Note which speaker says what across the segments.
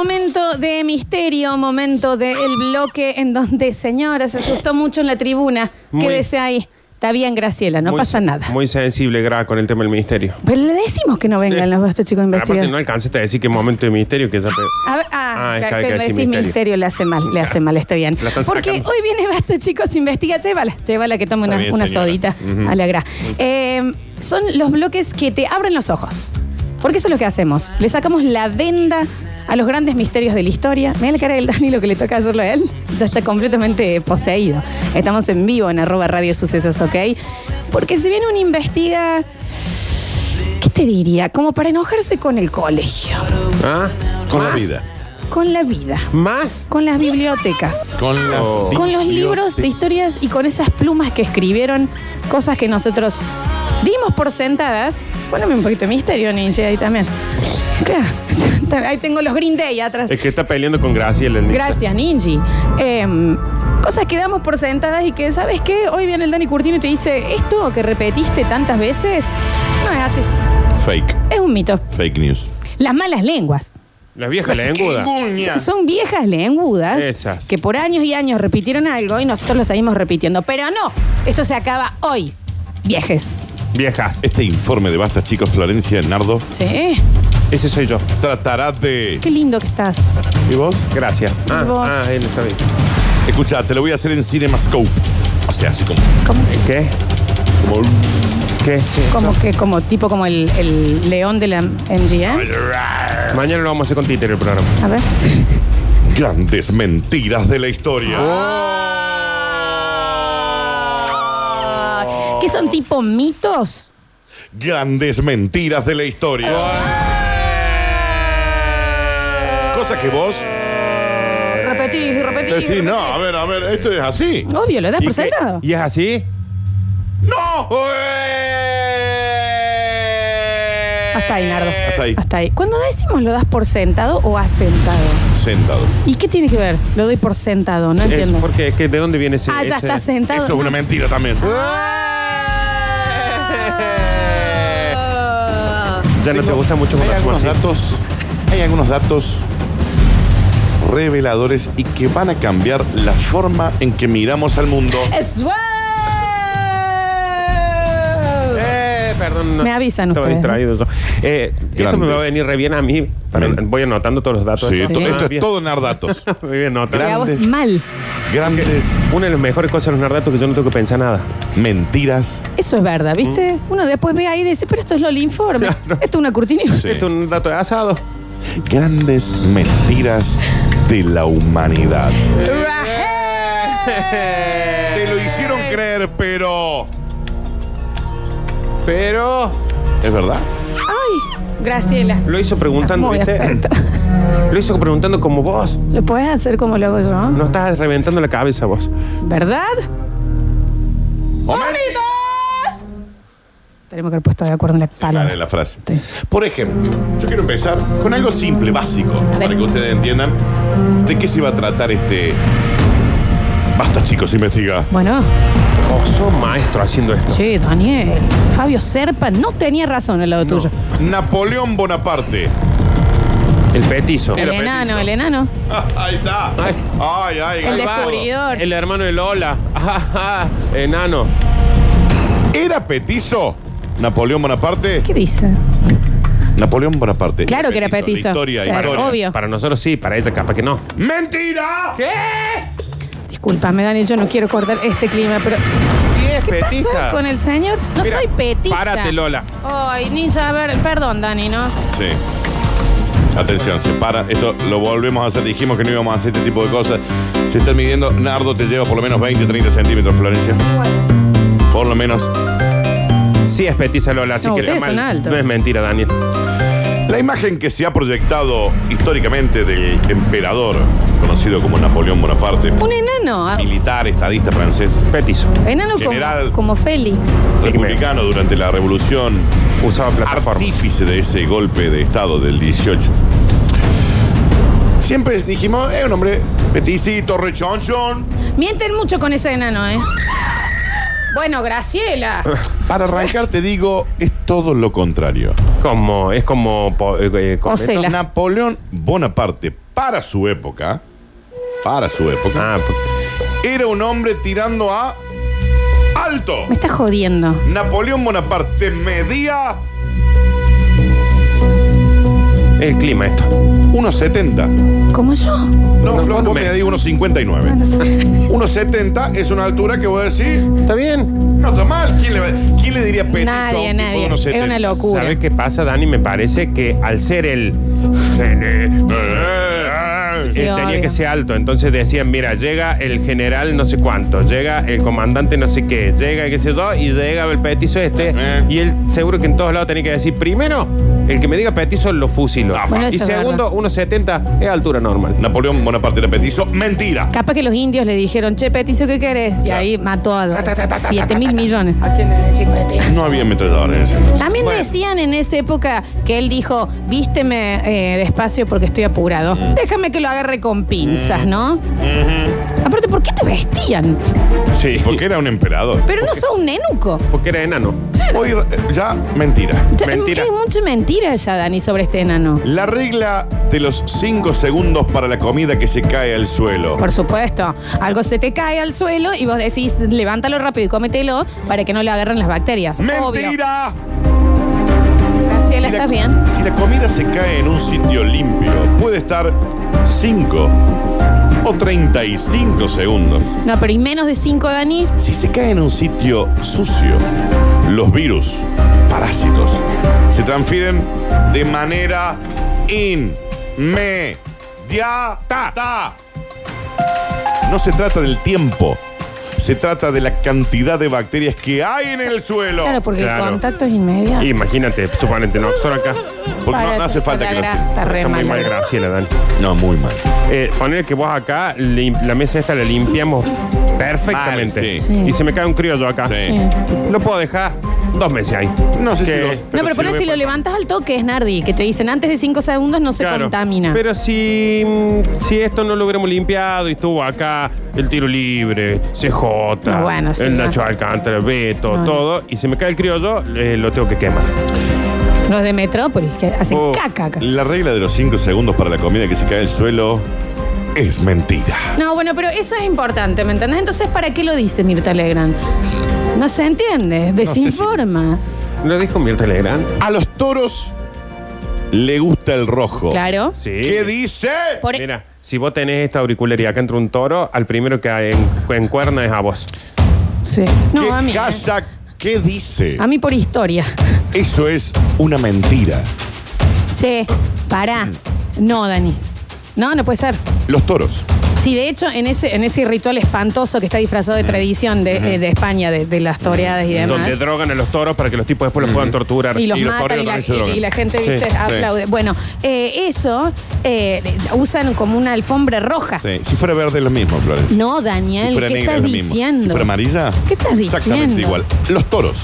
Speaker 1: Momento de misterio, momento del bloque en donde, señora, se asustó mucho en la tribuna.
Speaker 2: Muy-
Speaker 1: Quédese ahí. Está bien, Graciela, no
Speaker 2: Muy
Speaker 1: pasa
Speaker 2: se-
Speaker 1: nada.
Speaker 2: Muy sensible, Gra, con el tema del misterio.
Speaker 1: Pero le decimos que no vengan
Speaker 2: Sí.
Speaker 1: los dos chicos
Speaker 2: Pero Aparte,
Speaker 1: investigadores.
Speaker 2: no alcanzaste a decir que momento de misterio, que ya te-
Speaker 1: A ver, ah,
Speaker 2: Ah, es
Speaker 1: que-
Speaker 2: que hay
Speaker 1: que
Speaker 2: que
Speaker 1: me
Speaker 2: decir
Speaker 1: decís misterio.
Speaker 2: misterio.
Speaker 1: le hace mal, le hace mal, está bien.
Speaker 2: La están
Speaker 1: Porque
Speaker 2: sacando.
Speaker 1: hoy viene Basta, chicos, investiga, llévala, llévala que tome
Speaker 3: Está
Speaker 1: una,
Speaker 3: bien,
Speaker 1: una
Speaker 3: señora.
Speaker 1: sodita
Speaker 2: Ujú.
Speaker 1: a la gra. Eh, son los bloques que te abren los ojos. Porque eso es lo que hacemos. Le sacamos la venda a los grandes misterios de la historia. Mira la cara del Dani lo que le toca hacerlo a él. Ya está completamente poseído. Estamos en vivo en arroba radio sucesos, ¿ok? Porque si viene un investiga. ¿Qué te diría? Como para enojarse con el colegio,
Speaker 2: ¿Ah?
Speaker 3: Con la
Speaker 2: ¿Más?
Speaker 3: vida.
Speaker 1: con la vida.
Speaker 2: ¿Más?
Speaker 1: Con las bibliotecas.
Speaker 3: Con las
Speaker 2: Oh.
Speaker 1: Con los libros de historias y con esas plumas que escribieron, cosas que nosotros dimos por sentadas. Póname un poquito de misterio, ninja, ahí también. Claro. Ahí tengo los Green Day atrás.
Speaker 2: Es que está peleando con Graciela. el niño.
Speaker 1: Gracias, Ninji. Em, cosas que damos por sentadas y que, ¿sabes qué? Hoy viene el Dani Curtino y te dice, esto que repetiste tantas veces, no es así.
Speaker 3: Fake.
Speaker 1: Es un mito.
Speaker 3: Fake news.
Speaker 1: Las malas lenguas.
Speaker 2: La vieja lenguda.
Speaker 1: Son viejas lengudas
Speaker 2: Esas.
Speaker 1: que por años y años repitieron algo y nosotros lo seguimos repitiendo. Pero no, esto se acaba hoy. Viejes.
Speaker 2: Viejas.
Speaker 3: Este informe de Basta, chicos, Florencia Nardo,
Speaker 1: Sí,
Speaker 2: E-, Ese soy yo.
Speaker 3: tratará de...
Speaker 1: qué lindo que estás.
Speaker 3: ¿Y vos?
Speaker 2: Gracias. Ah,
Speaker 1: Y vos.
Speaker 2: ah, él está bien.
Speaker 3: Escucha, te lo voy a hacer en CinemaScope. O sea, así como...
Speaker 2: ¿Eh, ¿Qué?
Speaker 3: como-
Speaker 2: ¿Qué es eso?
Speaker 1: Como que, como tipo como el, el león de la MGM.
Speaker 2: Mañana lo vamos a hacer con títer el programa.
Speaker 1: A ver.
Speaker 3: Grandes mentiras de la historia.
Speaker 1: ¿Qué son tipo mitos?
Speaker 3: Grandes mentiras de la historia. Cosa que vos
Speaker 1: Repetís, repetís.
Speaker 3: decís, Eh, no, a ver, a ver, esto es así.
Speaker 1: Obvio, lo das
Speaker 2: ¿Y
Speaker 1: por
Speaker 2: qué-
Speaker 1: sentado.
Speaker 2: ¿Y es así?
Speaker 3: ¡No!
Speaker 1: Hasta ahí, Nardo.
Speaker 3: Hasta ahí.
Speaker 1: Hasta ahí. Cuando decimos lo das por sentado o asentado.
Speaker 3: Sentado.
Speaker 1: ¿Y qué tiene que ver? Lo doy por sentado, no
Speaker 2: Es
Speaker 1: entiendo.
Speaker 2: porque es que ¿de dónde viene ese?
Speaker 1: ah, ya
Speaker 2: ese-
Speaker 1: está sentado.
Speaker 3: Eso es una mentira también.
Speaker 2: Ya no te gusta mucho
Speaker 3: Hay
Speaker 2: cuando hacemos
Speaker 3: algunos
Speaker 2: así.
Speaker 3: datos. Hay algunos datos reveladores y que van a cambiar la forma en que miramos al mundo.
Speaker 1: Es wow.
Speaker 2: Eh, perdón. no-
Speaker 1: Me avisan
Speaker 2: Estaba
Speaker 1: ustedes,
Speaker 2: distraído yo. Eh, esto me
Speaker 3: Grandes.
Speaker 2: va a venir re bien a mí. Pero
Speaker 3: Men-
Speaker 2: voy anotando todos los datos.
Speaker 3: Sí,
Speaker 1: Sí.
Speaker 3: to- esto
Speaker 2: Ah,
Speaker 3: es
Speaker 2: bien.
Speaker 3: todo nardatos.
Speaker 2: Muy bien, anotado.
Speaker 1: Pero a vos
Speaker 3: Grandes.
Speaker 1: mal.
Speaker 3: Grandes
Speaker 2: Una de las mejores cosas de los nardatos que yo no tengo que pensar nada.
Speaker 3: mentiras.
Speaker 1: Eso es verdad, ¿viste? Uno después ve ahí y dice, pero esto es lo informe. Esto es una cortina.
Speaker 3: Sí.
Speaker 2: Esto es un dato de asado.
Speaker 3: Grandes mentiras de la humanidad. Te lo hicieron creer, pero.
Speaker 2: Pero
Speaker 3: ¿Es verdad?
Speaker 1: Ay, Graciela.
Speaker 2: lo hizo preguntando,
Speaker 1: Muy
Speaker 2: ¿viste?
Speaker 1: afecta.
Speaker 2: Lo hizo preguntando como vos.
Speaker 1: ¿Lo puedes hacer como lo hago yo?
Speaker 2: No estás reventando la cabeza vos.
Speaker 1: ¿Verdad?
Speaker 3: Homer.
Speaker 1: Tenemos que haber puesto de acuerdo en la palabra.
Speaker 3: Vale, la frase.
Speaker 1: Sí.
Speaker 3: Por ejemplo, yo quiero empezar con algo simple, básico, para que ustedes entiendan de qué se va a tratar este. Basta, chicos, investiga.
Speaker 1: Bueno,
Speaker 2: Vos sos maestro haciendo esto.
Speaker 1: che, Daniel. Fabio Serpa no tenía razón al lado
Speaker 2: No.
Speaker 1: tuyo.
Speaker 3: Napoleón Bonaparte.
Speaker 2: El petizo.
Speaker 3: El
Speaker 1: El
Speaker 3: apetizo.
Speaker 1: enano, el enano.
Speaker 3: Ah, ahí está.
Speaker 2: Ay.
Speaker 3: Ay, ay,
Speaker 1: El
Speaker 3: Galvardo.
Speaker 1: descubridor.
Speaker 2: El hermano de Lola. Ajá, enano.
Speaker 3: ¿Era petizo? Napoleón Bonaparte.
Speaker 1: ¿Qué dice?
Speaker 3: Napoleón Bonaparte.
Speaker 1: Claro que era petizo.
Speaker 3: de Historia,
Speaker 1: Sí,
Speaker 3: historia.
Speaker 1: Obvio.
Speaker 2: Para nosotros sí, para ella capaz que no.
Speaker 3: ¡Mentira!
Speaker 1: Disculpame, Daniel, yo no quiero cortar este clima, pero.
Speaker 2: Sí, es
Speaker 1: ¿Qué
Speaker 2: petiza.
Speaker 1: pasó con el señor? No
Speaker 2: Mira,
Speaker 1: soy petiza.
Speaker 2: párate, Lola.
Speaker 1: Ay, ninja, a ver, perdón, Dani, ¿no?
Speaker 3: Sí. Atención, se para. Esto lo volvemos a hacer. Dijimos que no íbamos a hacer este tipo de cosas. Se están midiendo. Nardo te lleva por lo menos 20, 30 centímetros, Florencia. Por lo menos.
Speaker 2: Sí, es petiza Lola, así
Speaker 1: No,
Speaker 2: que
Speaker 1: ustedes
Speaker 2: mal-
Speaker 1: son altos.
Speaker 2: no es mentira, Daniel.
Speaker 3: La imagen que se ha proyectado históricamente del emperador, conocido como Napoleón Bonaparte,
Speaker 1: Un enano. ah,
Speaker 3: militar, estadista francés,
Speaker 2: Petizo.
Speaker 1: Enano
Speaker 3: General.
Speaker 1: como, como Félix.
Speaker 3: republicano durante la revolución,
Speaker 2: Usaba plataforma.
Speaker 3: artífice de ese golpe de estado del 18. Siempre dijimos, es un hombre peticito, rechonchón,
Speaker 1: Mienten mucho con ese enano, ¿eh? Bueno, Graciela.
Speaker 3: Para arrancar, te digo, es todo lo contrario.
Speaker 2: Como, es como. po- eh, eh,
Speaker 1: O sea,
Speaker 2: ¿correcto?
Speaker 1: La-
Speaker 3: Napoleón Bonaparte, para su época, para su época,
Speaker 2: Ah, p-
Speaker 3: era un hombre tirando a alto.
Speaker 1: Me está jodiendo.
Speaker 3: Napoleón Bonaparte medía
Speaker 2: el clima esto.
Speaker 3: 1,70.
Speaker 1: ¿Como yo?
Speaker 3: No,
Speaker 2: No,
Speaker 3: Flor, vos
Speaker 2: monumento.
Speaker 3: medís 1,59. 1,70 es una altura que voy a decir,
Speaker 2: ¿Está bien?
Speaker 3: no está mal. ¿Quién le, va- quién le diría petizo a
Speaker 1: Nadie,
Speaker 3: un tipo de
Speaker 1: nadie.
Speaker 3: 1,70?
Speaker 1: Es una locura.
Speaker 2: ¿Sabes qué pasa, Dani? Me parece que al ser el.
Speaker 1: Sí,
Speaker 2: Eh, tenía
Speaker 1: obvio.
Speaker 2: que ser alto, entonces decían, mira, llega el general no sé cuánto, llega el comandante no sé qué, llega el que sé yo y llega el petizo este,
Speaker 3: Eh.
Speaker 2: y él seguro que en todos lados tenía que decir, primero, el que me diga petizo lo fusilo.
Speaker 3: Ah,
Speaker 1: Bueno,
Speaker 2: y
Speaker 1: eso es
Speaker 2: segundo, 1.70 es altura normal.
Speaker 3: Napoleón Bonaparte era petizo, mentira.
Speaker 1: Capaz que los indios le dijeron, che, Petizo, ¿qué querés? Y ahí mató a 7 mil millones.
Speaker 3: No había ametralladores en ese entonces.
Speaker 1: También
Speaker 2: Bueno.
Speaker 1: decían en esa época que él dijo, vísteme eh, despacio porque estoy apurado.
Speaker 3: Mm.
Speaker 1: Déjame que lo agarre con pinzas, ¿no? Aparte, ¿por qué te vestían?
Speaker 2: Sí.
Speaker 3: Porque era un emperador.
Speaker 1: Pero no sos un nenuco.
Speaker 2: Porque era enano.
Speaker 3: Hoy eh, ya, mentira.
Speaker 1: Ya-
Speaker 2: Mentira.
Speaker 1: Hay mucha mentira ya, Dani, sobre este enano.
Speaker 3: La regla de los 5 segundos para la comida que se cae al suelo.
Speaker 1: Por supuesto. Algo se te cae al suelo y vos decís, levántalo rápido y cómetelo para que no le agarren las bacterias.
Speaker 3: ¡Mentira!
Speaker 1: Obvio. Graciela, ¿estás bien?
Speaker 3: si la comida se cae en un sitio limpio, puede estar 5 o 35 segundos.
Speaker 1: No, pero y menos de 5, Dani.
Speaker 3: Si se cae en un sitio sucio, los virus, parásitos, se transfieren de manera inmediata. No se trata del tiempo, se trata de la cantidad de bacterias que hay en el suelo.
Speaker 1: Claro, pues, porque
Speaker 2: Claro.
Speaker 1: el contacto es inmediato.
Speaker 2: Imagínate, suponente no, son acá.
Speaker 3: Porque no, no hace falta que lo
Speaker 1: Está re
Speaker 2: Está muy
Speaker 1: mala.
Speaker 2: mal Graciela, Dani.
Speaker 3: No, muy mal.
Speaker 2: Eh, poner que vos acá, lim- la mesa esta la limpiamos perfectamente.
Speaker 3: Mal, sí.
Speaker 1: Sí.
Speaker 2: Y se me cae un criollo acá.
Speaker 3: Sí.
Speaker 1: Sí.
Speaker 2: Lo puedo dejar dos meses ahí.
Speaker 3: No sé
Speaker 2: Que-
Speaker 3: si los,
Speaker 1: no, pero
Speaker 3: sirve
Speaker 1: poner si lo
Speaker 3: para-
Speaker 1: levantas al toque es Nardi, que te dicen antes de 5 segundos no se
Speaker 2: Claro.
Speaker 1: contamina.
Speaker 2: Pero si, mm, si esto no lo hubiéramos limpiado y estuvo acá el tiro libre, CJ,
Speaker 1: No, bueno, sí,
Speaker 2: el
Speaker 1: no.
Speaker 2: Nacho Alcántara, el Beto,
Speaker 1: No, no.
Speaker 2: todo, y se me cae el criollo, eh, lo tengo que quemar.
Speaker 1: Los de Metrópolis, que hacen
Speaker 2: Oh.
Speaker 1: caca acá.
Speaker 3: La regla de los 5 segundos para la comida que se cae al suelo es mentira.
Speaker 1: No, bueno, pero eso es importante, ¿me entendés? Entonces, ¿para qué lo dice Mirta Legrand? No se entiende,
Speaker 3: si-
Speaker 1: desinforma.
Speaker 2: ¿Lo dijo Mirta Legrand?
Speaker 3: A los toros le gusta el rojo.
Speaker 1: Claro.
Speaker 2: Sí.
Speaker 3: ¿Qué dice?
Speaker 1: Por- e-
Speaker 2: Mira, si vos tenés esta auricularidad acá entre un toro, al primero que en- encuerna es a vos.
Speaker 1: Sí.
Speaker 3: ¿Qué
Speaker 1: No, a mí. eh.
Speaker 3: casa? ¿Qué dice?
Speaker 1: A mí por historia.
Speaker 3: Eso es una mentira.
Speaker 1: Che,
Speaker 3: Mm.
Speaker 1: pará. No, Dani. No, no puede ser.
Speaker 3: Los toros.
Speaker 1: Sí, de hecho, en ese, en ese ritual espantoso que está disfrazado de tradición de, eh, de España, de, de las toreadas y demás.
Speaker 2: Donde drogan a los toros para que los tipos después los puedan torturar.
Speaker 1: Y los
Speaker 3: Y los
Speaker 1: matan
Speaker 3: correos
Speaker 1: y la,
Speaker 3: también se drogan.
Speaker 1: y la gente,
Speaker 2: Sí,
Speaker 1: viste,
Speaker 2: sí.
Speaker 1: aplaude. Bueno, eh, eso eh, usan como una alfombra roja.
Speaker 3: Sí. Si fuera verde es lo mismo, Flores.
Speaker 1: No,
Speaker 3: Si
Speaker 1: Daniel,
Speaker 3: fuera
Speaker 1: ¿qué
Speaker 3: negra
Speaker 1: estás
Speaker 3: es lo mismo.
Speaker 1: diciendo?
Speaker 3: Si fuera amarilla.
Speaker 1: ¿Qué estás
Speaker 3: Exactamente
Speaker 1: diciendo?
Speaker 3: igual. Los toros.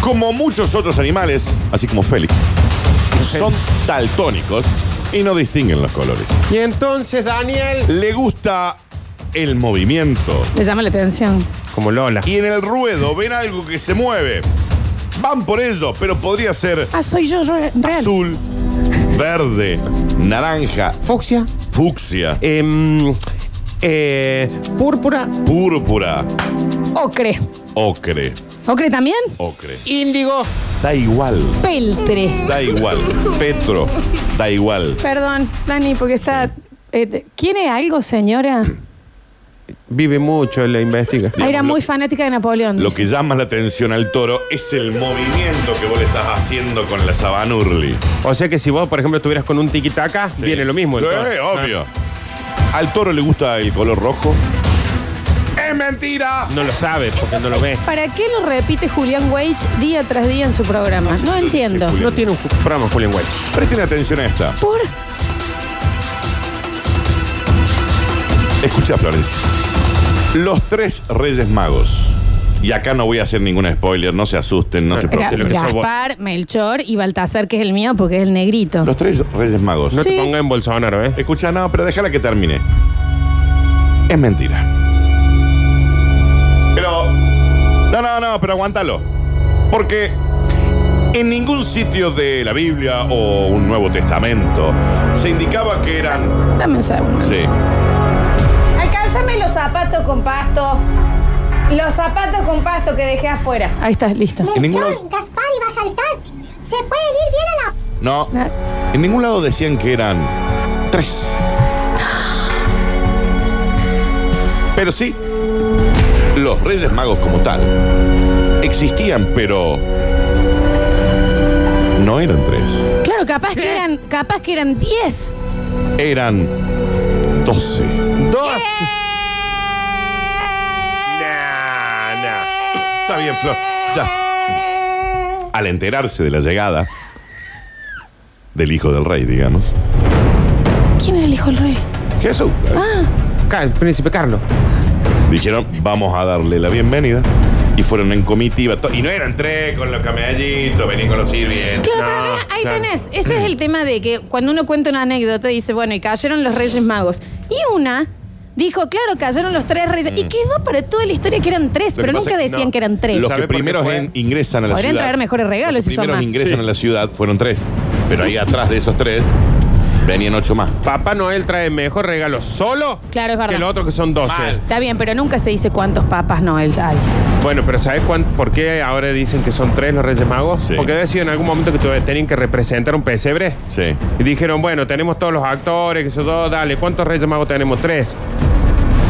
Speaker 3: Como muchos otros animales, así como Félix, son daltónicos y no distinguen los colores.
Speaker 2: Y entonces, Daniel.
Speaker 3: Le gusta el movimiento.
Speaker 1: Le llama la atención.
Speaker 2: Como Lola.
Speaker 3: y en el ruedo ven algo que se mueve. Van por ello, pero podría ser
Speaker 1: Ah, soy yo re- real.
Speaker 3: azul, verde, naranja,
Speaker 2: Fucsia.
Speaker 3: fucsia,
Speaker 2: em, eh, púrpura.
Speaker 3: púrpura,
Speaker 1: Ocre.
Speaker 3: ocre,
Speaker 1: ¿Ocre también?
Speaker 3: ocre.
Speaker 2: Índigo.
Speaker 3: Da igual,
Speaker 1: Peltre.
Speaker 3: da igual. Petro, da igual.
Speaker 1: Perdón, Dani, porque está. eh, te- ¿Quiere algo, señora?
Speaker 2: Vive mucho, la investiga.
Speaker 1: Ah, era
Speaker 3: lo-
Speaker 1: muy fanática de Napoleón.
Speaker 3: Lo que llama la atención al toro es el movimiento que vos le estás haciendo con la sabanurli.
Speaker 2: O sea que si vos, por ejemplo, estuvieras con un tiquitaca, viene lo mismo.
Speaker 3: Sí,
Speaker 2: entonces. Ah,
Speaker 3: obvio. Al toro le gusta el color rojo. ¡Es mentira!
Speaker 2: Ah, No lo sabe porque no lo ve.
Speaker 1: ¿Para qué lo repite Julián Weich día tras día en su programa? No
Speaker 3: lo dice
Speaker 1: entiendo.
Speaker 3: Julián.
Speaker 2: No tiene un ju- programa Julián White.
Speaker 3: Presten atención a esta.
Speaker 1: Por.
Speaker 3: Escucha, Flores. Los tres Reyes Magos. Y acá no voy a hacer ningún spoiler, no se asusten, no se
Speaker 2: Pero-
Speaker 1: Ga-
Speaker 2: pero
Speaker 3: preocupen.
Speaker 2: que sos vos.
Speaker 1: Gaspar, Melchor y Baltasar, que es el mío porque es el negrito.
Speaker 3: Los tres Reyes Magos.
Speaker 2: No te
Speaker 1: Sí.
Speaker 2: ponga en Bolsonaro, ¿eh?
Speaker 3: Escucha, no, pero déjala que termine. Es mentira. Pero No, pero aguántalo. Porque en ningún sitio de la Biblia o un Nuevo Testamento se indicaba que eran.
Speaker 1: Dame un segundo.
Speaker 3: Sí.
Speaker 4: Alcánzame los zapatos con pasto. Los zapatos con pasto que dejé afuera.
Speaker 1: Ahí está, listo.
Speaker 3: En ningún
Speaker 5: Melchor,
Speaker 3: lado-
Speaker 5: Gaspar iba a saltar. Se puede ir bien a la
Speaker 3: No.
Speaker 1: Ah,
Speaker 3: En ningún lado decían que eran tres. Pero sí, los Reyes Magos como tal existían, pero no eran tres.
Speaker 1: Claro, capaz que eran, capaz que eran 10.
Speaker 3: Eran doce.
Speaker 2: Dos. Nah, nah.
Speaker 3: Está bien, Flor. Ya. Al enterarse de la llegada del hijo del rey, digamos.
Speaker 1: ¿Quién era el hijo del rey?
Speaker 3: Jesús.
Speaker 2: Ca- el príncipe Carlos.
Speaker 3: Dijeron, vamos a darle la bienvenida. Y fueron en comitiva. to- Y no eran tres con los camellitos, venían con los sirvientes.
Speaker 1: Claro,
Speaker 2: No,
Speaker 1: pero ve, ahí
Speaker 2: claro.
Speaker 1: tenés. Ese es el tema de que cuando uno cuenta una anécdota dice, bueno, y cayeron los Reyes Magos. Y una dijo, claro, cayeron los tres Reyes. Y quedó para toda la historia que eran tres,
Speaker 3: Lo que
Speaker 1: pero nunca
Speaker 3: pasa es que
Speaker 1: decían
Speaker 3: no.
Speaker 1: que eran tres.
Speaker 3: Los
Speaker 2: ¿Sabe
Speaker 3: que
Speaker 2: por qué
Speaker 3: primeros
Speaker 2: fue?
Speaker 3: en- ingresan a la
Speaker 1: Podrían
Speaker 3: ciudad.
Speaker 1: traer mejores regalos
Speaker 3: Los
Speaker 1: si son
Speaker 3: primeros
Speaker 1: más.
Speaker 3: ingresan
Speaker 2: Sí.
Speaker 3: a la ciudad fueron tres. Pero ahí atrás de esos tres venían ocho más.
Speaker 2: Papá Noel trae mejor regalo solo
Speaker 1: Claro, es verdad.
Speaker 2: que el otro que son 12.
Speaker 3: Mal.
Speaker 1: Está bien, pero nunca se dice cuántos papas Noel hay.
Speaker 2: Bueno, pero ¿sabes cuán- por qué ahora dicen que son tres los Reyes Magos?
Speaker 3: Sí.
Speaker 2: Porque decían en algún momento que tuve- tenían que representar un pesebre.
Speaker 3: Sí.
Speaker 2: Y dijeron, bueno, tenemos todos los actores, que se todo, dale, ¿cuántos Reyes Magos tenemos? Tres.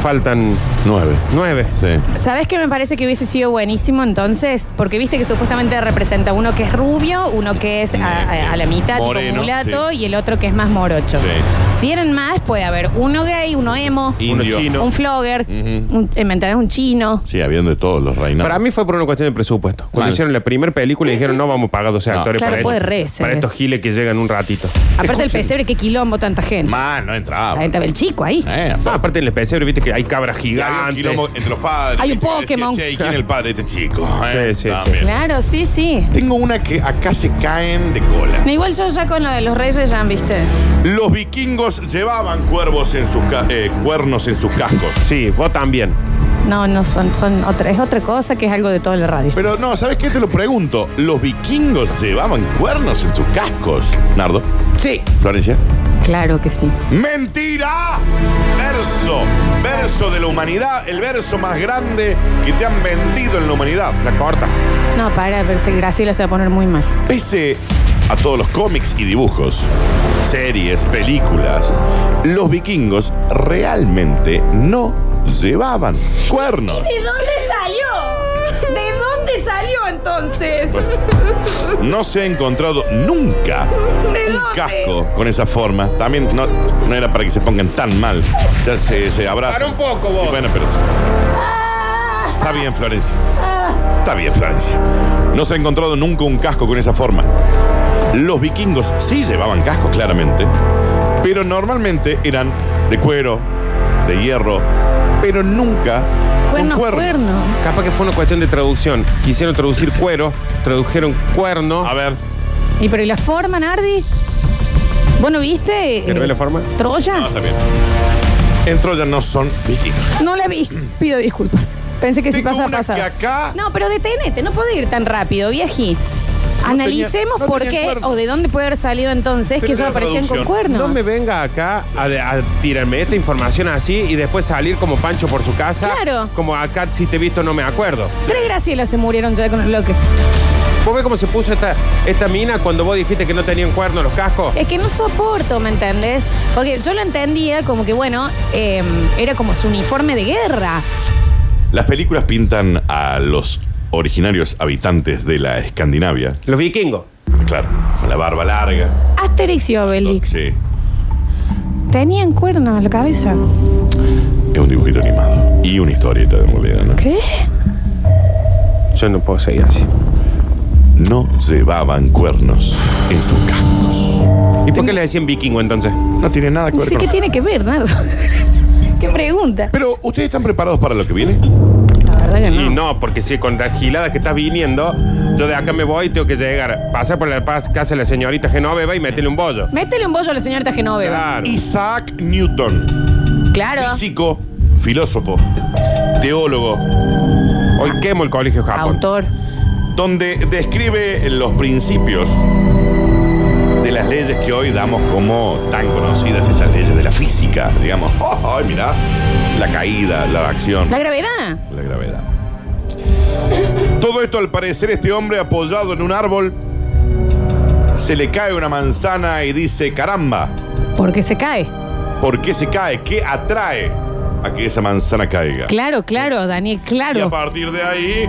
Speaker 2: Faltan
Speaker 3: Nueve.
Speaker 2: nueve.
Speaker 3: Sí.
Speaker 1: ¿Sabes qué me parece que hubiese sido buenísimo entonces? Porque viste que supuestamente representa uno que es rubio, uno que es a, a- a la mitad,
Speaker 3: Moreno,
Speaker 1: tipo mulato,
Speaker 3: sí.
Speaker 1: y el otro que es más morocho.
Speaker 3: Sí.
Speaker 1: Si eran más, puede haber uno gay, uno emo,
Speaker 3: Indio.
Speaker 2: chino.
Speaker 1: un flogger,
Speaker 3: Ujú.
Speaker 1: un, eh, ¿me entendés? un chino.
Speaker 3: Sí, habiendo de todos los reinados.
Speaker 2: Para mí fue por una cuestión de presupuesto. Cuando
Speaker 3: Mal.
Speaker 2: hicieron la primera película dijeron, no vamos a pagar 12
Speaker 3: No.
Speaker 2: actores
Speaker 1: Claro,
Speaker 2: para,
Speaker 1: puede
Speaker 2: estos-
Speaker 1: re ser
Speaker 2: para estos
Speaker 1: eso.
Speaker 2: giles que llegan un ratito.
Speaker 1: Aparte del
Speaker 3: Escuchen.
Speaker 1: pesebre, qué quilombo tanta gente.
Speaker 3: Más, no
Speaker 1: La
Speaker 3: entraba.
Speaker 1: gente ve el chico ahí.
Speaker 3: Eh,
Speaker 2: No, aparte en el pesebre, viste que hay cabras
Speaker 3: Y había un
Speaker 2: gigantes.
Speaker 3: quilombo entre los padres.
Speaker 1: Hay un
Speaker 3: Viste,
Speaker 1: Pokémon.
Speaker 3: decían, "Che, ¿y ¿Quién es el padre de este chico? eh?"
Speaker 2: Sí, sí, sí.
Speaker 3: También.
Speaker 1: Claro, sí, sí.
Speaker 3: Tengo una que acá se caen de cola.
Speaker 1: No, igual yo ya con lo de los reyes ya, ¿viste?
Speaker 3: Los vikingos llevaban cuervos en sus ca- eh, cuernos en sus cascos.
Speaker 2: Sí, vos también.
Speaker 1: No, no, son, son otra, es otra cosa que es algo de toda la radio.
Speaker 3: Pero no, ¿sabes qué? Te lo pregunto. ¿Los vikingos llevaban cuernos en sus cascos? Nardo.
Speaker 2: Sí.
Speaker 3: Florencia.
Speaker 1: Claro que sí.
Speaker 3: ¡Mentira! Verso. Verso de la humanidad. El verso más grande que te han vendido en la humanidad.
Speaker 2: La cortas.
Speaker 1: No, para, pero si Graciela se va a poner muy mal.
Speaker 3: Pese a todos los cómics y dibujos, series, películas, los vikingos realmente no llevaban cuernos.
Speaker 4: ¿De dónde salió? ¿De dónde salió entonces?
Speaker 3: No se ha encontrado nunca un casco con esa forma. También no, no era para que se pongan tan mal. O sea, se, se abrazan.
Speaker 2: Para un poco, vos.
Speaker 3: Y bueno, pero. Está bien, Florencia. Está bien, Florencia. No se ha encontrado nunca un casco con esa forma. Los vikingos sí llevaban cascos, claramente. Pero normalmente eran de cuero, de hierro, pero nunca
Speaker 1: Cuernos,
Speaker 3: con cuerno.
Speaker 1: cuernos.
Speaker 2: Capaz que fue una cuestión de traducción. Quisieron traducir cuero, tradujeron cuerno.
Speaker 3: A ver,
Speaker 1: ¿Y pero y la forma, Nardi? ¿Vos no viste? eh,
Speaker 2: ¿Que no ve la forma?
Speaker 3: no,
Speaker 1: ¿Troya?
Speaker 3: está bien. En Troya no son vikingos.
Speaker 1: No la vi. Pido disculpas. Pensé que si
Speaker 3: Tengo
Speaker 1: pasa,
Speaker 3: una
Speaker 1: pasa.
Speaker 3: que acá-
Speaker 1: No, pero detenete, no puedo ir tan rápido, viají. Analicemos
Speaker 3: tenía- no
Speaker 1: por
Speaker 3: tenía
Speaker 1: qué
Speaker 3: cuernos.
Speaker 1: o de dónde puede haber salido entonces
Speaker 3: Pero
Speaker 1: que ellos
Speaker 3: era
Speaker 1: aparecían con
Speaker 3: traducción.
Speaker 1: cuernos.
Speaker 2: No me venga acá a, de- a tirarme esta información así y después salir como Pancho por su casa.
Speaker 1: Claro.
Speaker 2: Como acá, si te he visto, no me acuerdo.
Speaker 1: Tres Gracielas se murieron ya con el bloque.
Speaker 2: ¿Vos ves cómo se puso esta, esta mina cuando vos dijiste que no tenían cuerno los cascos?
Speaker 1: Es que no soporto, ¿me entendés? Porque yo lo entendía como que, bueno, eh, era como su uniforme de guerra.
Speaker 3: Las películas pintan a los originarios habitantes de la Escandinavia,
Speaker 2: Los vikingos.
Speaker 3: claro, con la barba larga.
Speaker 1: Asterix y Obelix
Speaker 3: Sí,
Speaker 1: tenían cuernos en la cabeza.
Speaker 3: es un dibujito animado y una historieta de realidad, ¿no?
Speaker 1: ¿Qué?
Speaker 2: Yo no puedo seguir así.
Speaker 3: No llevaban cuernos en sus cascos.
Speaker 2: ¿Y por qué le decían vikingo entonces?
Speaker 3: No tiene nada que
Speaker 1: No
Speaker 3: ver
Speaker 1: sé
Speaker 3: con...
Speaker 1: Pues qué tiene que ver, Nardo. ¿Qué pregunta?
Speaker 3: Pero, ¿ustedes están preparados para lo que viene?
Speaker 1: La verdad que no.
Speaker 2: Y no, porque si con la gilada que estás viniendo, yo de acá me voy y tengo que llegar, pasar por la paz- casa de la señorita Genoveva y meterle un bollo.
Speaker 1: Métele un bollo a la señorita Genoveva.
Speaker 2: Claro.
Speaker 3: Isaac Newton,
Speaker 1: Claro.
Speaker 3: físico, filósofo, teólogo,
Speaker 2: Hoy quemo el colegio Japón.
Speaker 1: Autor.
Speaker 3: donde describe los principios de las leyes que hoy damos como tan conocidas, esas leyes de la física, digamos. ¡Ay, mirá! La caída, la acción,
Speaker 1: La gravedad.
Speaker 3: la gravedad. Todo esto, al parecer, este hombre apoyado en un árbol, se le cae una manzana y dice, caramba,
Speaker 1: Porque se cae.
Speaker 3: ¿por qué se cae? ¿Qué atrae a que esa manzana caiga?
Speaker 1: Claro, claro, Daniel,
Speaker 3: Y a
Speaker 1: claro.
Speaker 3: partir de ahí,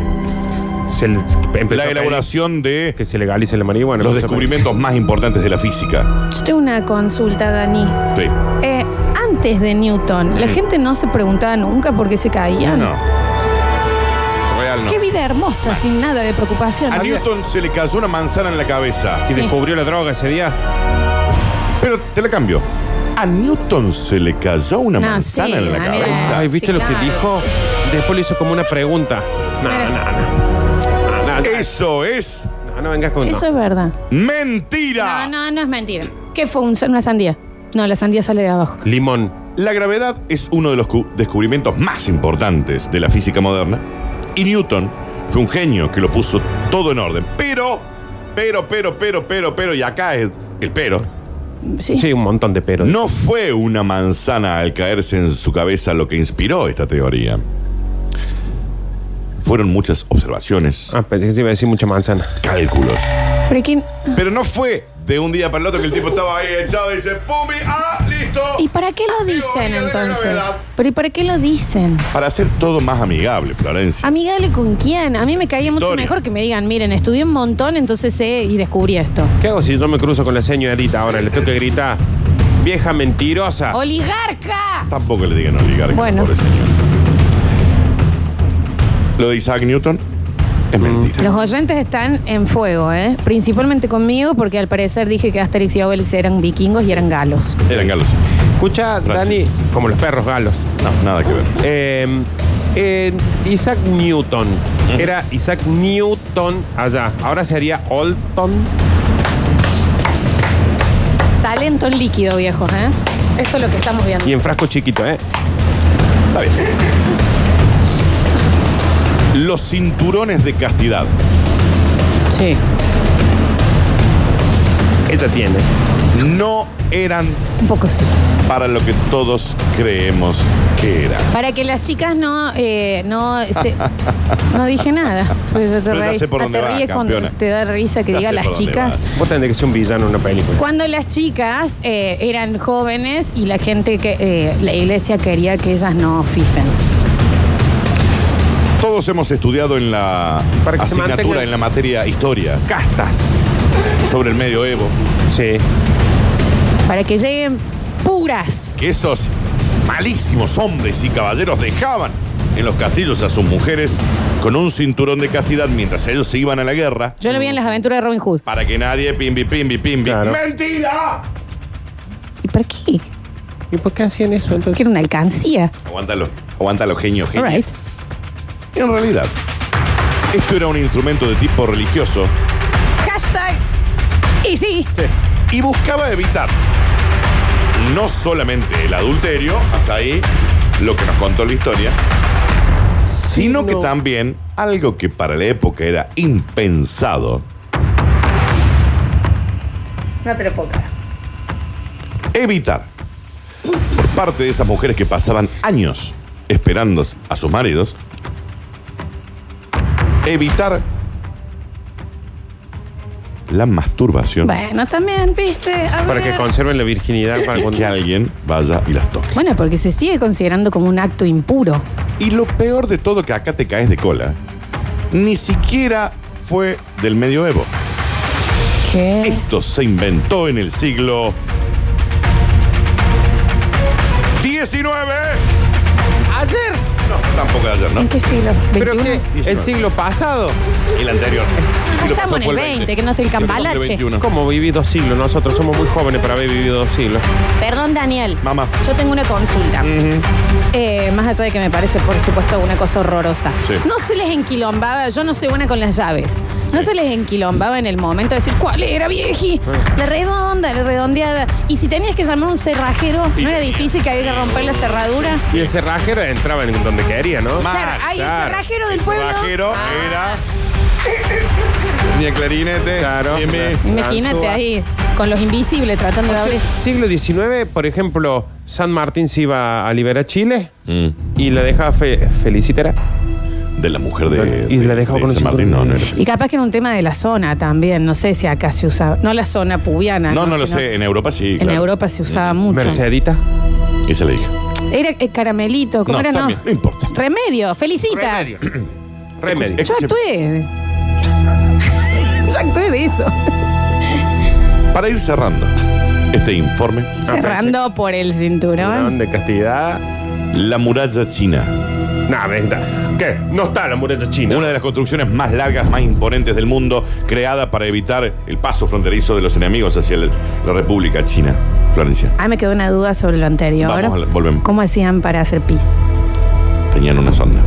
Speaker 2: Se le- empezó a
Speaker 3: la
Speaker 2: pedir
Speaker 3: elaboración de
Speaker 2: Que se legalice la marihuana.
Speaker 3: los
Speaker 2: Empezó a pedir-
Speaker 3: descubrimientos más importantes de la física.
Speaker 1: Yo tengo una consulta, Dani.
Speaker 3: Sí.
Speaker 1: Eh, antes de Newton, la gente no se preguntaba nunca por qué se caían.
Speaker 3: No. Real no.
Speaker 1: Ah. Qué vida hermosa, sin nada de preocupación.
Speaker 3: A Newton se le cayó una manzana en la cabeza.
Speaker 1: Sí.
Speaker 2: Y descubrió la droga ese día.
Speaker 3: Pero te la cambio. A Newton se le cayó una
Speaker 1: No,
Speaker 3: manzana
Speaker 1: sí,
Speaker 3: en la
Speaker 1: Daniel.
Speaker 3: cabeza.
Speaker 2: Ay, ¿viste
Speaker 1: Ah, sí,
Speaker 2: lo
Speaker 1: claro.
Speaker 2: que dijo? Después le hizo como una pregunta. No, no, no. No, no,
Speaker 3: Eso es
Speaker 2: no, no vengas con
Speaker 1: Eso
Speaker 2: no.
Speaker 1: es verdad.
Speaker 3: mentira.
Speaker 1: No, no, no es mentira. ¿Qué fue? Un- ¿Una sandía? No, la sandía sale de abajo.
Speaker 2: Limón.
Speaker 3: La gravedad es uno de los cu- descubrimientos más importantes de la física moderna. Y Newton fue un genio que lo puso todo en orden. Pero, pero, pero, pero, pero, pero, y acá es el pero.
Speaker 1: Sí.
Speaker 2: Sí, un montón de peros.
Speaker 3: No fue una manzana al caerse en su cabeza lo que inspiró esta teoría. Fueron muchas observaciones,
Speaker 2: Ah, pensé que se iba a decir mucha manzana.
Speaker 3: cálculos.
Speaker 1: Pero ¿quién?
Speaker 3: Pero no fue de un día para el otro que el tipo estaba ahí echado y dice, ¡pumbi! ¡Ah, listo!
Speaker 1: ¿Y para qué lo
Speaker 3: Teoría
Speaker 1: dicen
Speaker 3: de la
Speaker 1: entonces?
Speaker 3: gravedad.
Speaker 1: Pero ¿y para qué lo dicen?
Speaker 3: Para hacer todo más amigable, Florencia.
Speaker 1: Amigable con quién? A mí me caía mucho
Speaker 3: Historia.
Speaker 1: mejor que me digan, miren, estudié un montón, entonces sé y descubrí esto.
Speaker 2: ¿Qué hago si yo me cruzo con la señorita ahora? Le tengo que gritar. Vieja mentirosa.
Speaker 1: ¡Oligarca!
Speaker 3: Tampoco le digan oligarca,
Speaker 1: Bueno.
Speaker 3: pobre señor. Lo de Isaac Newton es mentira.
Speaker 1: Los oyentes están en fuego, ¿eh? Principalmente conmigo, porque al parecer dije que Asterix y Obelix eran vikingos y eran galos.
Speaker 3: Eran galos.
Speaker 2: Escucha,
Speaker 3: Francis.
Speaker 2: Dani, como los perros galos.
Speaker 3: No, nada que ver.
Speaker 2: Eh, eh, Isaac Newton. Era Isaac Newton allá. Ahora sería Olton.
Speaker 1: Talento en líquido, viejos, ¿eh? Esto es lo que estamos viendo.
Speaker 2: Y en frasco chiquito, ¿eh?
Speaker 3: Está bien. Los cinturones de castidad.
Speaker 1: Sí.
Speaker 2: Ella tiene.
Speaker 3: no eran
Speaker 1: Un poco sí.
Speaker 3: para lo que todos creemos que eran.
Speaker 1: Para que las chicas no. eh, no, se- no dije nada. Pues ya te
Speaker 3: Pero ya
Speaker 1: reís.
Speaker 3: sé por
Speaker 1: Ah,
Speaker 3: dónde
Speaker 1: te
Speaker 3: vas,
Speaker 1: ríes cuando
Speaker 3: campeona.
Speaker 1: te da risa que
Speaker 3: Ya
Speaker 1: diga
Speaker 3: sé
Speaker 1: las
Speaker 3: por dónde
Speaker 1: chicas.
Speaker 3: vas.
Speaker 2: Vos tendrías que ser un villano en una película.
Speaker 1: Cuando las chicas eh, eran jóvenes y la gente que. eh, la iglesia quería que ellas no fifen.
Speaker 3: Todos hemos estudiado en la
Speaker 2: Para que se mantenga-
Speaker 3: asignatura, en la materia historia,
Speaker 2: Castas.
Speaker 3: sobre el medioevo,
Speaker 2: Sí.
Speaker 1: Para que lleguen puras.
Speaker 3: que esos malísimos hombres y caballeros dejaban en los castillos a sus mujeres con un cinturón de castidad mientras ellos se iban a la guerra
Speaker 1: Yo lo vi en las aventuras de Robin Hood.
Speaker 3: para que nadie pimbi, pimbi, pimbi.
Speaker 2: Claro.
Speaker 3: ¡Mentira!
Speaker 1: ¿Y para qué?
Speaker 2: ¿Y por qué hacían eso
Speaker 1: Porque
Speaker 2: entonces?
Speaker 1: era una alcancía.
Speaker 3: Aguántalo, aguántalo, genio,
Speaker 1: All
Speaker 3: genio.
Speaker 1: right.
Speaker 3: En realidad, esto era un instrumento de tipo religioso
Speaker 1: Hashtag. Y sí.
Speaker 3: y buscaba evitar no solamente el adulterio, hasta ahí lo que nos contó la historia, sino que también algo que para la época era impensado,
Speaker 4: No te lo puedo creer.
Speaker 3: evitar por parte de esas mujeres que pasaban años esperando a sus maridos, evitar la masturbación.
Speaker 1: Bueno, también, viste. A
Speaker 2: Para que
Speaker 1: ver.
Speaker 2: conserven la virginidad para cuando.
Speaker 3: Que alguien vaya y las toque.
Speaker 1: Bueno, porque se sigue considerando como un acto impuro.
Speaker 3: Y lo peor de todo que acá te caes de cola, ni siquiera fue del medioevo.
Speaker 1: ¿Qué?
Speaker 3: Esto se inventó en el siglo XIX.
Speaker 2: Ayer.
Speaker 3: No, tampoco de ayer, ¿no?
Speaker 1: ¿En qué siglo?
Speaker 2: Pero
Speaker 1: ¿21?
Speaker 2: que el siglo pasado.
Speaker 3: El anterior. El siglo
Speaker 1: estamos
Speaker 3: pasado
Speaker 1: en
Speaker 3: fue
Speaker 1: el 20, que no estoy el
Speaker 3: Creo que son de
Speaker 1: cambalache.
Speaker 3: 21.
Speaker 2: ¿Cómo viví dos siglos? Nosotros somos muy jóvenes para haber vivido dos siglos.
Speaker 1: Perdón, Daniel.
Speaker 3: Mamá.
Speaker 1: Yo tengo una consulta.
Speaker 3: Ujú.
Speaker 1: Eh, más allá de que me parece, por supuesto, una cosa horrorosa.
Speaker 3: Sí.
Speaker 1: No se les enquilombaba, yo no soy buena con las llaves. No
Speaker 3: Sí.
Speaker 1: se les enquilombaba en el momento de decir, ¿cuál era, vieji? La redonda, la redondeada. Y si tenías que llamar a un cerrajero,
Speaker 3: Y
Speaker 1: ¿no era
Speaker 3: tenía.
Speaker 1: difícil que había que romper la cerradura?
Speaker 2: Y el cerrajero entraba en donde quería, ¿no?
Speaker 3: Ma-
Speaker 1: Claro, ahí
Speaker 2: claro.
Speaker 1: el cerrajero del
Speaker 3: El
Speaker 1: pueblo.
Speaker 3: cerrajero
Speaker 1: Ah,
Speaker 3: era. Ni el clarinete.
Speaker 2: Claro.
Speaker 3: ni en mí.
Speaker 1: Imagínate
Speaker 2: Ganzúa.
Speaker 1: ahí, con los invisibles tratando
Speaker 3: Ah,
Speaker 1: de abrir.
Speaker 2: Siglo XIX, por ejemplo, San Martín se iba a liberar Chile
Speaker 3: Mm.
Speaker 2: y la dejaba fe- felicitera.
Speaker 3: De la mujer de.
Speaker 2: Y la dejó
Speaker 3: de
Speaker 2: con un
Speaker 3: San Martín. No,
Speaker 2: cinturón.
Speaker 3: no era.
Speaker 1: Y capaz que era un tema de la zona también, no sé si acá se usaba, no la zona pubiana.
Speaker 3: No, no lo
Speaker 1: Sino
Speaker 3: sé. En Europa sí.
Speaker 1: En
Speaker 3: claro.
Speaker 1: Europa se usaba mucho.
Speaker 2: Mercedita.
Speaker 3: Esa la dije.
Speaker 1: Era eh, caramelito, ¿cómo
Speaker 3: No,
Speaker 1: era?
Speaker 3: también, no importa.
Speaker 1: Remedio, felicita.
Speaker 2: Remedio. Remedio.
Speaker 1: Yo actué. Yo actué de eso.
Speaker 3: Ah, Para ir cerrando este informe,
Speaker 1: Cerrando por el
Speaker 2: Cinturón
Speaker 1: cinturón.
Speaker 2: de castidad.
Speaker 3: la muralla china,
Speaker 2: Nah, venga. ¿Qué? No está la muralla china.
Speaker 3: una de las construcciones más largas, más imponentes del mundo, creada para evitar el paso fronterizo de los enemigos hacia el- la República China. Florencia,
Speaker 1: Ah, me quedó una duda sobre lo anterior.
Speaker 3: Vamos a la- volvemos.
Speaker 1: ¿Cómo hacían para hacer pis?
Speaker 3: tenían una sonda.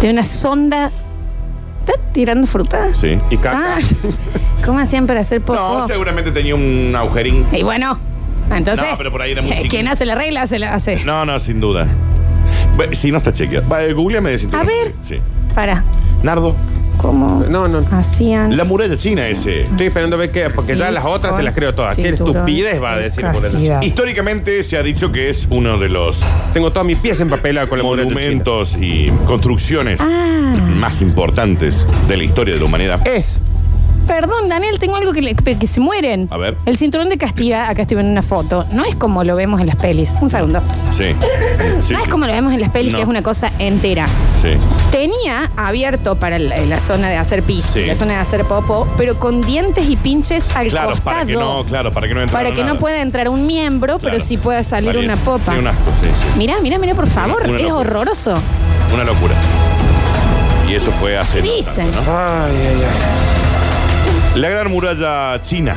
Speaker 1: Tiene una sonda. ¿Estás tirando fruta?
Speaker 3: Sí.
Speaker 2: Y caca.
Speaker 1: Ah, ¿Cómo hacían para hacer popó?
Speaker 3: No, seguramente tenía un agujerín.
Speaker 1: Y bueno, entonces.
Speaker 3: No, pero por ahí era muy
Speaker 1: eh,
Speaker 3: chiquito.
Speaker 1: Quien hace la regla se la hace.
Speaker 3: No, no, sin duda. Ve- Si no está chequeado. Va, eh, googleame de cinturón.
Speaker 1: A ver.
Speaker 3: Sí.
Speaker 1: Para.
Speaker 3: Nardo,
Speaker 1: ¿Cómo
Speaker 2: No, no.
Speaker 1: hacían?
Speaker 3: la muralla china eh, ese.
Speaker 2: Estoy esperando a ver qué, porque ya
Speaker 1: pis
Speaker 2: las otras te las creo todas.
Speaker 1: con
Speaker 2: Qué
Speaker 1: cinturón
Speaker 2: estupidez va a decir la muralla
Speaker 1: castidad?
Speaker 2: china.
Speaker 3: Históricamente se ha dicho que es uno de los
Speaker 2: Tengo todas mis pies empapeladas con la muralla china.
Speaker 3: monumentos y construcciones
Speaker 1: Ah.
Speaker 3: más importantes de la historia de la humanidad.
Speaker 2: Es.
Speaker 1: Perdón, Daniel, tengo algo que, le- que se mueren.
Speaker 3: A ver.
Speaker 1: El cinturón de castidad, acá estoy en una foto, no es como lo vemos en las pelis. Un segundo.
Speaker 3: Sí. Sí,
Speaker 1: no es
Speaker 3: sí.
Speaker 1: como lo vemos en las pelis,
Speaker 3: No.
Speaker 1: que es una cosa entera.
Speaker 3: Sí.
Speaker 1: Tenía abierto para la, la zona de hacer pis,
Speaker 3: Sí.
Speaker 1: la zona de hacer popo, pero con dientes y pinches al
Speaker 3: Claro,
Speaker 1: costado.
Speaker 3: para que no, claro, para que no entrara
Speaker 1: para que no
Speaker 3: nada.
Speaker 1: pueda entrar un miembro, pero
Speaker 3: Claro.
Speaker 1: sí pueda salir
Speaker 3: Para que-
Speaker 1: una popa.
Speaker 3: Sí, un asco, sí, sí.
Speaker 1: Mirá, mirá, mirá, por favor,
Speaker 3: Una
Speaker 1: es
Speaker 3: locura.
Speaker 1: horroroso.
Speaker 3: Una locura. Y eso fue hace. no
Speaker 1: Dicen.
Speaker 3: tanto,
Speaker 2: Ay, ay, ay.
Speaker 3: ¿no? La gran muralla china.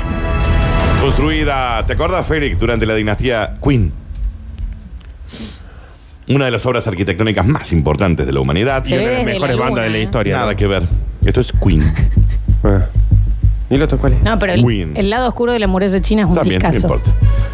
Speaker 3: Construida, ¿te acuerdas, Félix, durante la dinastía Qin? Una de las obras arquitectónicas más importantes de la humanidad.
Speaker 1: Se
Speaker 2: Y una
Speaker 1: ve
Speaker 2: de las
Speaker 1: desde
Speaker 2: mejores
Speaker 1: la
Speaker 2: bandas de
Speaker 1: luna,
Speaker 2: la
Speaker 1: ¿eh?
Speaker 2: historia.
Speaker 3: Nada
Speaker 2: ¿no?
Speaker 3: que ver. Esto es Queen.
Speaker 2: Ah. ¿Y el otro cuál es?
Speaker 1: No, pero el,
Speaker 3: Win.
Speaker 1: el lado oscuro de la muralla china es un
Speaker 3: También,
Speaker 1: discazo.
Speaker 3: no importa.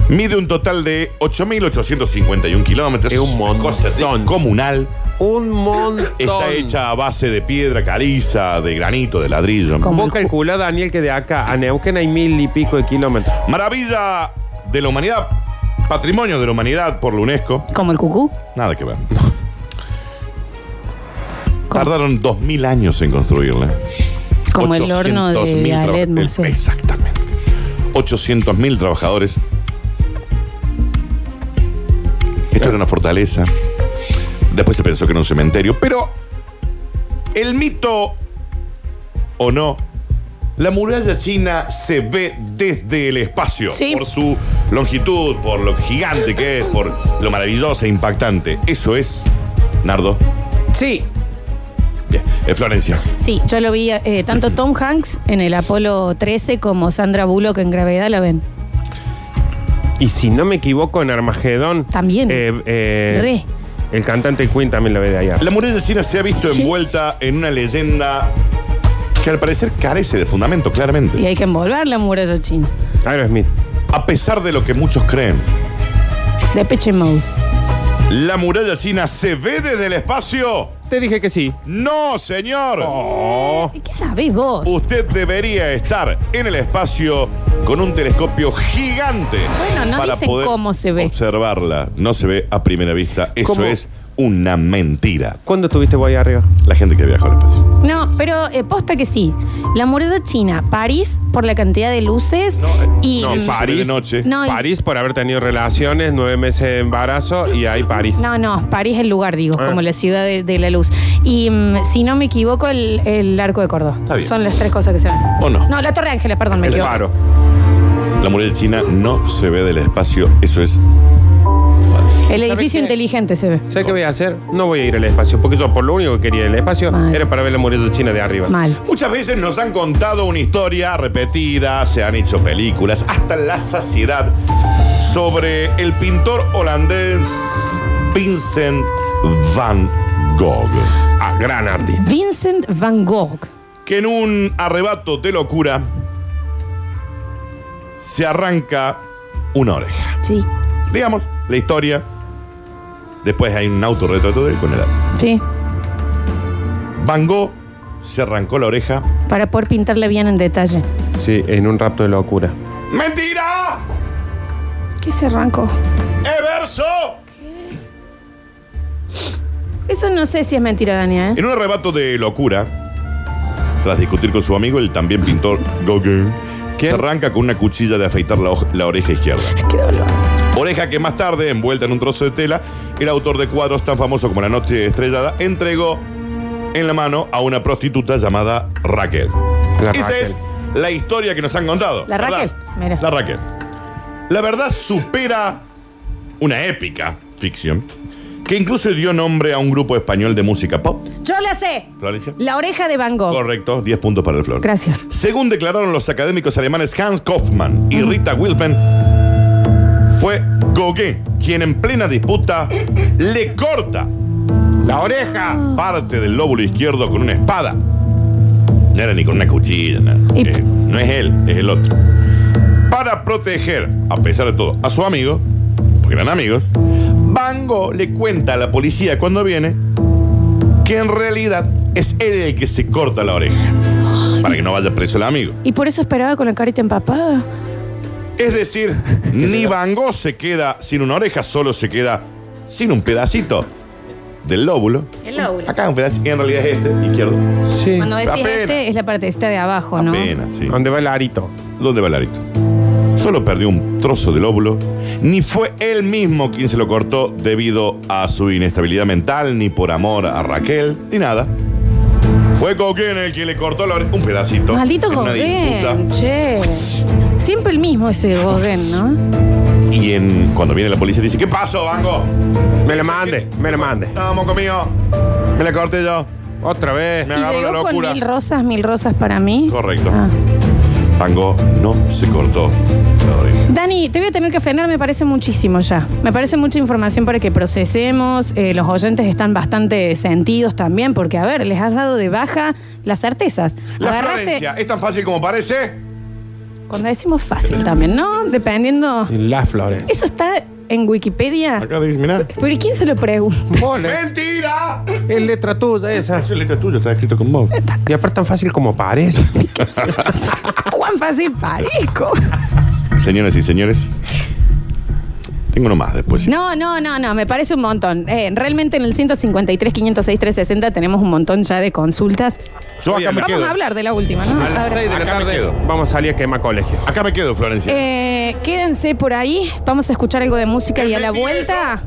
Speaker 3: Mide un total de 8.851 kilómetros.
Speaker 2: Es un montón.
Speaker 3: Cosa de comunal.
Speaker 2: Un montón.
Speaker 3: Está hecha a base de piedra caliza, de granito, de ladrillo.
Speaker 1: ¿Cómo?
Speaker 2: Vos calculá, Daniel, que de acá a Neuquén hay mil y pico de kilómetros.
Speaker 3: Maravilla de la humanidad, patrimonio de la humanidad por la UNESCO.
Speaker 1: Como el cucú.
Speaker 3: Nada que ver. Tardaron 2.000 años en construirla.
Speaker 1: Como el horno de
Speaker 3: 800.000 traba-
Speaker 1: Alet, no
Speaker 3: el-
Speaker 1: sé.
Speaker 3: Exactamente. 800.000 trabajadores. Esto era una fortaleza. Después se pensó que era un cementerio. Pero el mito o no, la muralla china se ve desde el espacio.
Speaker 1: Sí.
Speaker 3: Por su longitud, por lo gigante que es, por lo maravillosa e impactante. Eso es, Nardo.
Speaker 2: Sí.
Speaker 3: Bien. Eh, Florencia.
Speaker 1: Sí, yo lo vi eh, tanto Tom Hanks en el Apolo 13 como Sandra Bullock en Gravedad, la ven.
Speaker 2: Y si no me equivoco, en Armagedón.
Speaker 1: También.
Speaker 2: eh, eh, El cantante Queen también lo ve de allá.
Speaker 3: La muralla china se ha visto envuelta en una leyenda que al parecer carece de fundamento,
Speaker 1: Y
Speaker 3: claramente.
Speaker 1: hay que envolver la muralla china.
Speaker 2: Aerosmith.
Speaker 3: A pesar de lo que muchos creen,
Speaker 1: De Peche Mode.
Speaker 3: ¿la muralla china se ve desde el espacio?
Speaker 2: Te dije que sí.
Speaker 3: No, señor.
Speaker 2: Oh.
Speaker 1: ¿Y ¿Qué sabés vos?
Speaker 3: Usted debería estar en el espacio con un telescopio gigante.
Speaker 1: Bueno, no dicen cómo se ve.
Speaker 3: Observarla. No se ve a primera vista. Eso
Speaker 2: ¿Cómo?
Speaker 3: es una mentira.
Speaker 2: ¿Cuándo estuviste vos ahí arriba?
Speaker 3: La gente que viaja al espacio.
Speaker 1: No, pero eh, posta que sí. La muralla china, París, por la cantidad de luces y.
Speaker 3: no,
Speaker 1: mm,
Speaker 3: se ve de
Speaker 2: eh, París.
Speaker 3: noche.
Speaker 1: No, y-
Speaker 2: París por haber tenido relaciones, nueve meses de embarazo y ahí París.
Speaker 1: No, no, París es el lugar, digo,
Speaker 2: Ah.
Speaker 1: como la ciudad de, de la luz. Y mm, si no me equivoco, el, el arco de Córdoba.
Speaker 3: Está bien.
Speaker 1: Son las tres cosas que se ven.
Speaker 3: ¿O no?
Speaker 1: No, la Torre Ángela, perdón, me
Speaker 2: el
Speaker 1: equivoco.
Speaker 2: faro.
Speaker 3: La muralla china no se ve del espacio. Eso es falso.
Speaker 1: El edificio
Speaker 2: qué?
Speaker 1: inteligente se ve.
Speaker 2: ¿Sabes qué voy a hacer? No voy a ir al espacio, porque yo por lo único que quería ir al espacio
Speaker 1: Mal.
Speaker 2: era para ver la muralla china de arriba.
Speaker 1: Mal.
Speaker 3: Muchas veces nos han contado una historia repetida, se han hecho películas, hasta la saciedad, sobre el pintor holandés Vincent van Gogh.
Speaker 2: Ah, gran artista.
Speaker 1: Vincent Van Gogh.
Speaker 3: que en un arrebato de locura se arranca una oreja.
Speaker 1: Sí.
Speaker 3: Digamos, la historia Después hay un autorretrato de él con el arco.
Speaker 1: Sí,
Speaker 3: Van Gogh se arrancó la oreja.
Speaker 1: para poder pintarle bien en detalle.
Speaker 2: Sí, en un rapto de locura.
Speaker 3: ¡Mentira!
Speaker 1: ¿Qué se arrancó?
Speaker 3: ¡Es verso!
Speaker 1: Eso no sé si es mentira, Dania, ¿eh?
Speaker 3: En un arrebato de locura, tras discutir con su amigo, el también pintor Gauguin, se
Speaker 2: ¿Quién?
Speaker 3: arranca con una cuchilla de afeitar la, hoj- la oreja izquierda.
Speaker 1: Qué dolor.
Speaker 3: Oreja que más tarde, envuelta en un trozo de tela, el autor de cuadros tan famoso como La Noche Estrellada entregó en la mano a una prostituta llamada Raquel.
Speaker 2: La
Speaker 3: Esa
Speaker 2: Raquel.
Speaker 3: es la historia que nos han contado.
Speaker 1: La
Speaker 3: ¿verdad?
Speaker 1: Raquel, mira.
Speaker 3: La Raquel. La verdad supera una épica ficción que incluso dio nombre a un grupo español de música pop.
Speaker 1: Yo la sé.
Speaker 3: Florencia.
Speaker 1: La oreja de Van Gogh.
Speaker 3: Correcto, 10 puntos para el flor.
Speaker 1: Gracias.
Speaker 3: Según declararon los académicos alemanes Hans Kaufmann y Rita Wilpen, fue Gauguin quien en plena disputa le corta
Speaker 2: ¡La oreja!
Speaker 3: parte del lóbulo izquierdo con una espada. No era ni con una cuchilla, nada.
Speaker 1: Y-
Speaker 3: Eh, no es él, es el otro. Para proteger, a pesar de todo, a su amigo, porque eran amigos, Van Gogh le cuenta a la policía cuando viene que en realidad es él el que se corta la oreja. Para que no vaya preso el amigo.
Speaker 1: Y por eso esperaba con la carita empapada.
Speaker 3: Es decir, ni Van Gogh se queda sin una oreja, solo se queda sin un pedacito del lóbulo.
Speaker 1: El lóbulo.
Speaker 3: Acá un pedacito, en realidad es este, izquierdo.
Speaker 2: Sí.
Speaker 1: Cuando decís
Speaker 3: Apenas.
Speaker 1: este, es la parte esta de abajo, ¿no?
Speaker 3: Apenas, sí.
Speaker 2: ¿Dónde va el arito?
Speaker 3: ¿Dónde va el arito? Solo perdió un trozo del óvulo, ni fue él mismo quien se lo cortó debido a su inestabilidad mental, ni por amor a Raquel, ni nada. Fue Coquén el que le cortó la ore- un pedacito.
Speaker 1: Maldito
Speaker 3: en una
Speaker 1: Gauguin,
Speaker 3: disputa.
Speaker 1: che. Siempre el mismo ese Gauguin, ¿no?
Speaker 3: Y en, cuando viene la policía dice, ¿qué pasó, Bango?
Speaker 2: Me la mande, me la mande.
Speaker 3: Estábamos conmigo. Me la corté yo.
Speaker 2: Otra vez.
Speaker 3: Me
Speaker 1: Y
Speaker 3: agarró la
Speaker 1: llegó con
Speaker 3: locura.
Speaker 1: mil rosas, mil rosas para mí.
Speaker 3: Correcto.
Speaker 1: Ah.
Speaker 3: Bango no se cortó la oreja.
Speaker 1: Dani, te voy a tener que frenar, me parece muchísimo ya. Me parece mucha información para que procesemos. eh, los oyentes están bastante sentidos también, porque, a ver, les has dado de baja las certezas.
Speaker 3: La
Speaker 1: Agarraste-
Speaker 3: Florencia, ¿es tan fácil como parece?
Speaker 1: Cuando decimos fácil también, ¿no? Dependiendo.
Speaker 2: Las flores.
Speaker 1: Eso está en Wikipedia.
Speaker 3: Acá dice, mirá.
Speaker 1: Pero ¿y quién se lo pregunta?
Speaker 3: ¡Mentira!
Speaker 2: Es letra tuya esa.
Speaker 3: Esa letra tuya está escrito con vos.
Speaker 2: Y aparte tan fácil como parece.
Speaker 1: ¿Cuán fácil parezco?
Speaker 3: Señoras y señores, tengo uno más después.
Speaker 1: No, no, no, no, me parece un montón. Eh, realmente en el 153, 506, 360 tenemos un montón ya de consultas.
Speaker 3: Yo acá me
Speaker 1: Vamos
Speaker 3: quedo.
Speaker 1: a hablar de la última, ¿no?
Speaker 3: A las
Speaker 1: A ver.
Speaker 3: seis de la
Speaker 2: Acá me
Speaker 3: tarde.
Speaker 2: quedo. Vamos a salir a quemar colegio.
Speaker 3: Acá me quedo, Florencia.
Speaker 1: Eh, quédense por ahí, vamos a escuchar algo de música y a la
Speaker 3: Mentira,
Speaker 1: vuelta,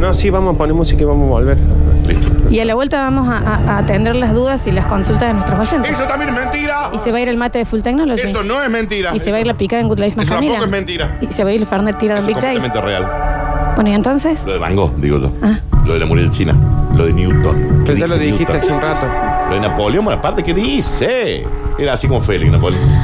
Speaker 2: No, sí, vamos a poner música y vamos a volver.
Speaker 3: Listo.
Speaker 1: y a la vuelta vamos a, a- a atender las dudas y las consultas de nuestros oyentes.
Speaker 3: Eso también es mentira.
Speaker 1: Y se va a ir el mate de Full Technology.
Speaker 3: Eso no es mentira.
Speaker 1: y se va a ir la pica en Good Life
Speaker 3: Eso
Speaker 1: Macanera.
Speaker 3: tampoco es mentira.
Speaker 1: Y se va a ir el Fernet Tira
Speaker 3: Eso es
Speaker 1: Big J.
Speaker 3: completamente real.
Speaker 1: Bueno, y entonces,
Speaker 3: Lo de Van Gogh, digo yo.
Speaker 1: Ah.
Speaker 3: Lo de la muralla china. Lo de Newton. ¿Qué
Speaker 2: ya
Speaker 3: dice
Speaker 2: lo dijiste
Speaker 3: Newton?
Speaker 2: hace un rato.
Speaker 3: Lo de Napoleón, bueno, aparte, ¿qué dice? Era así como Félix, Napoleón.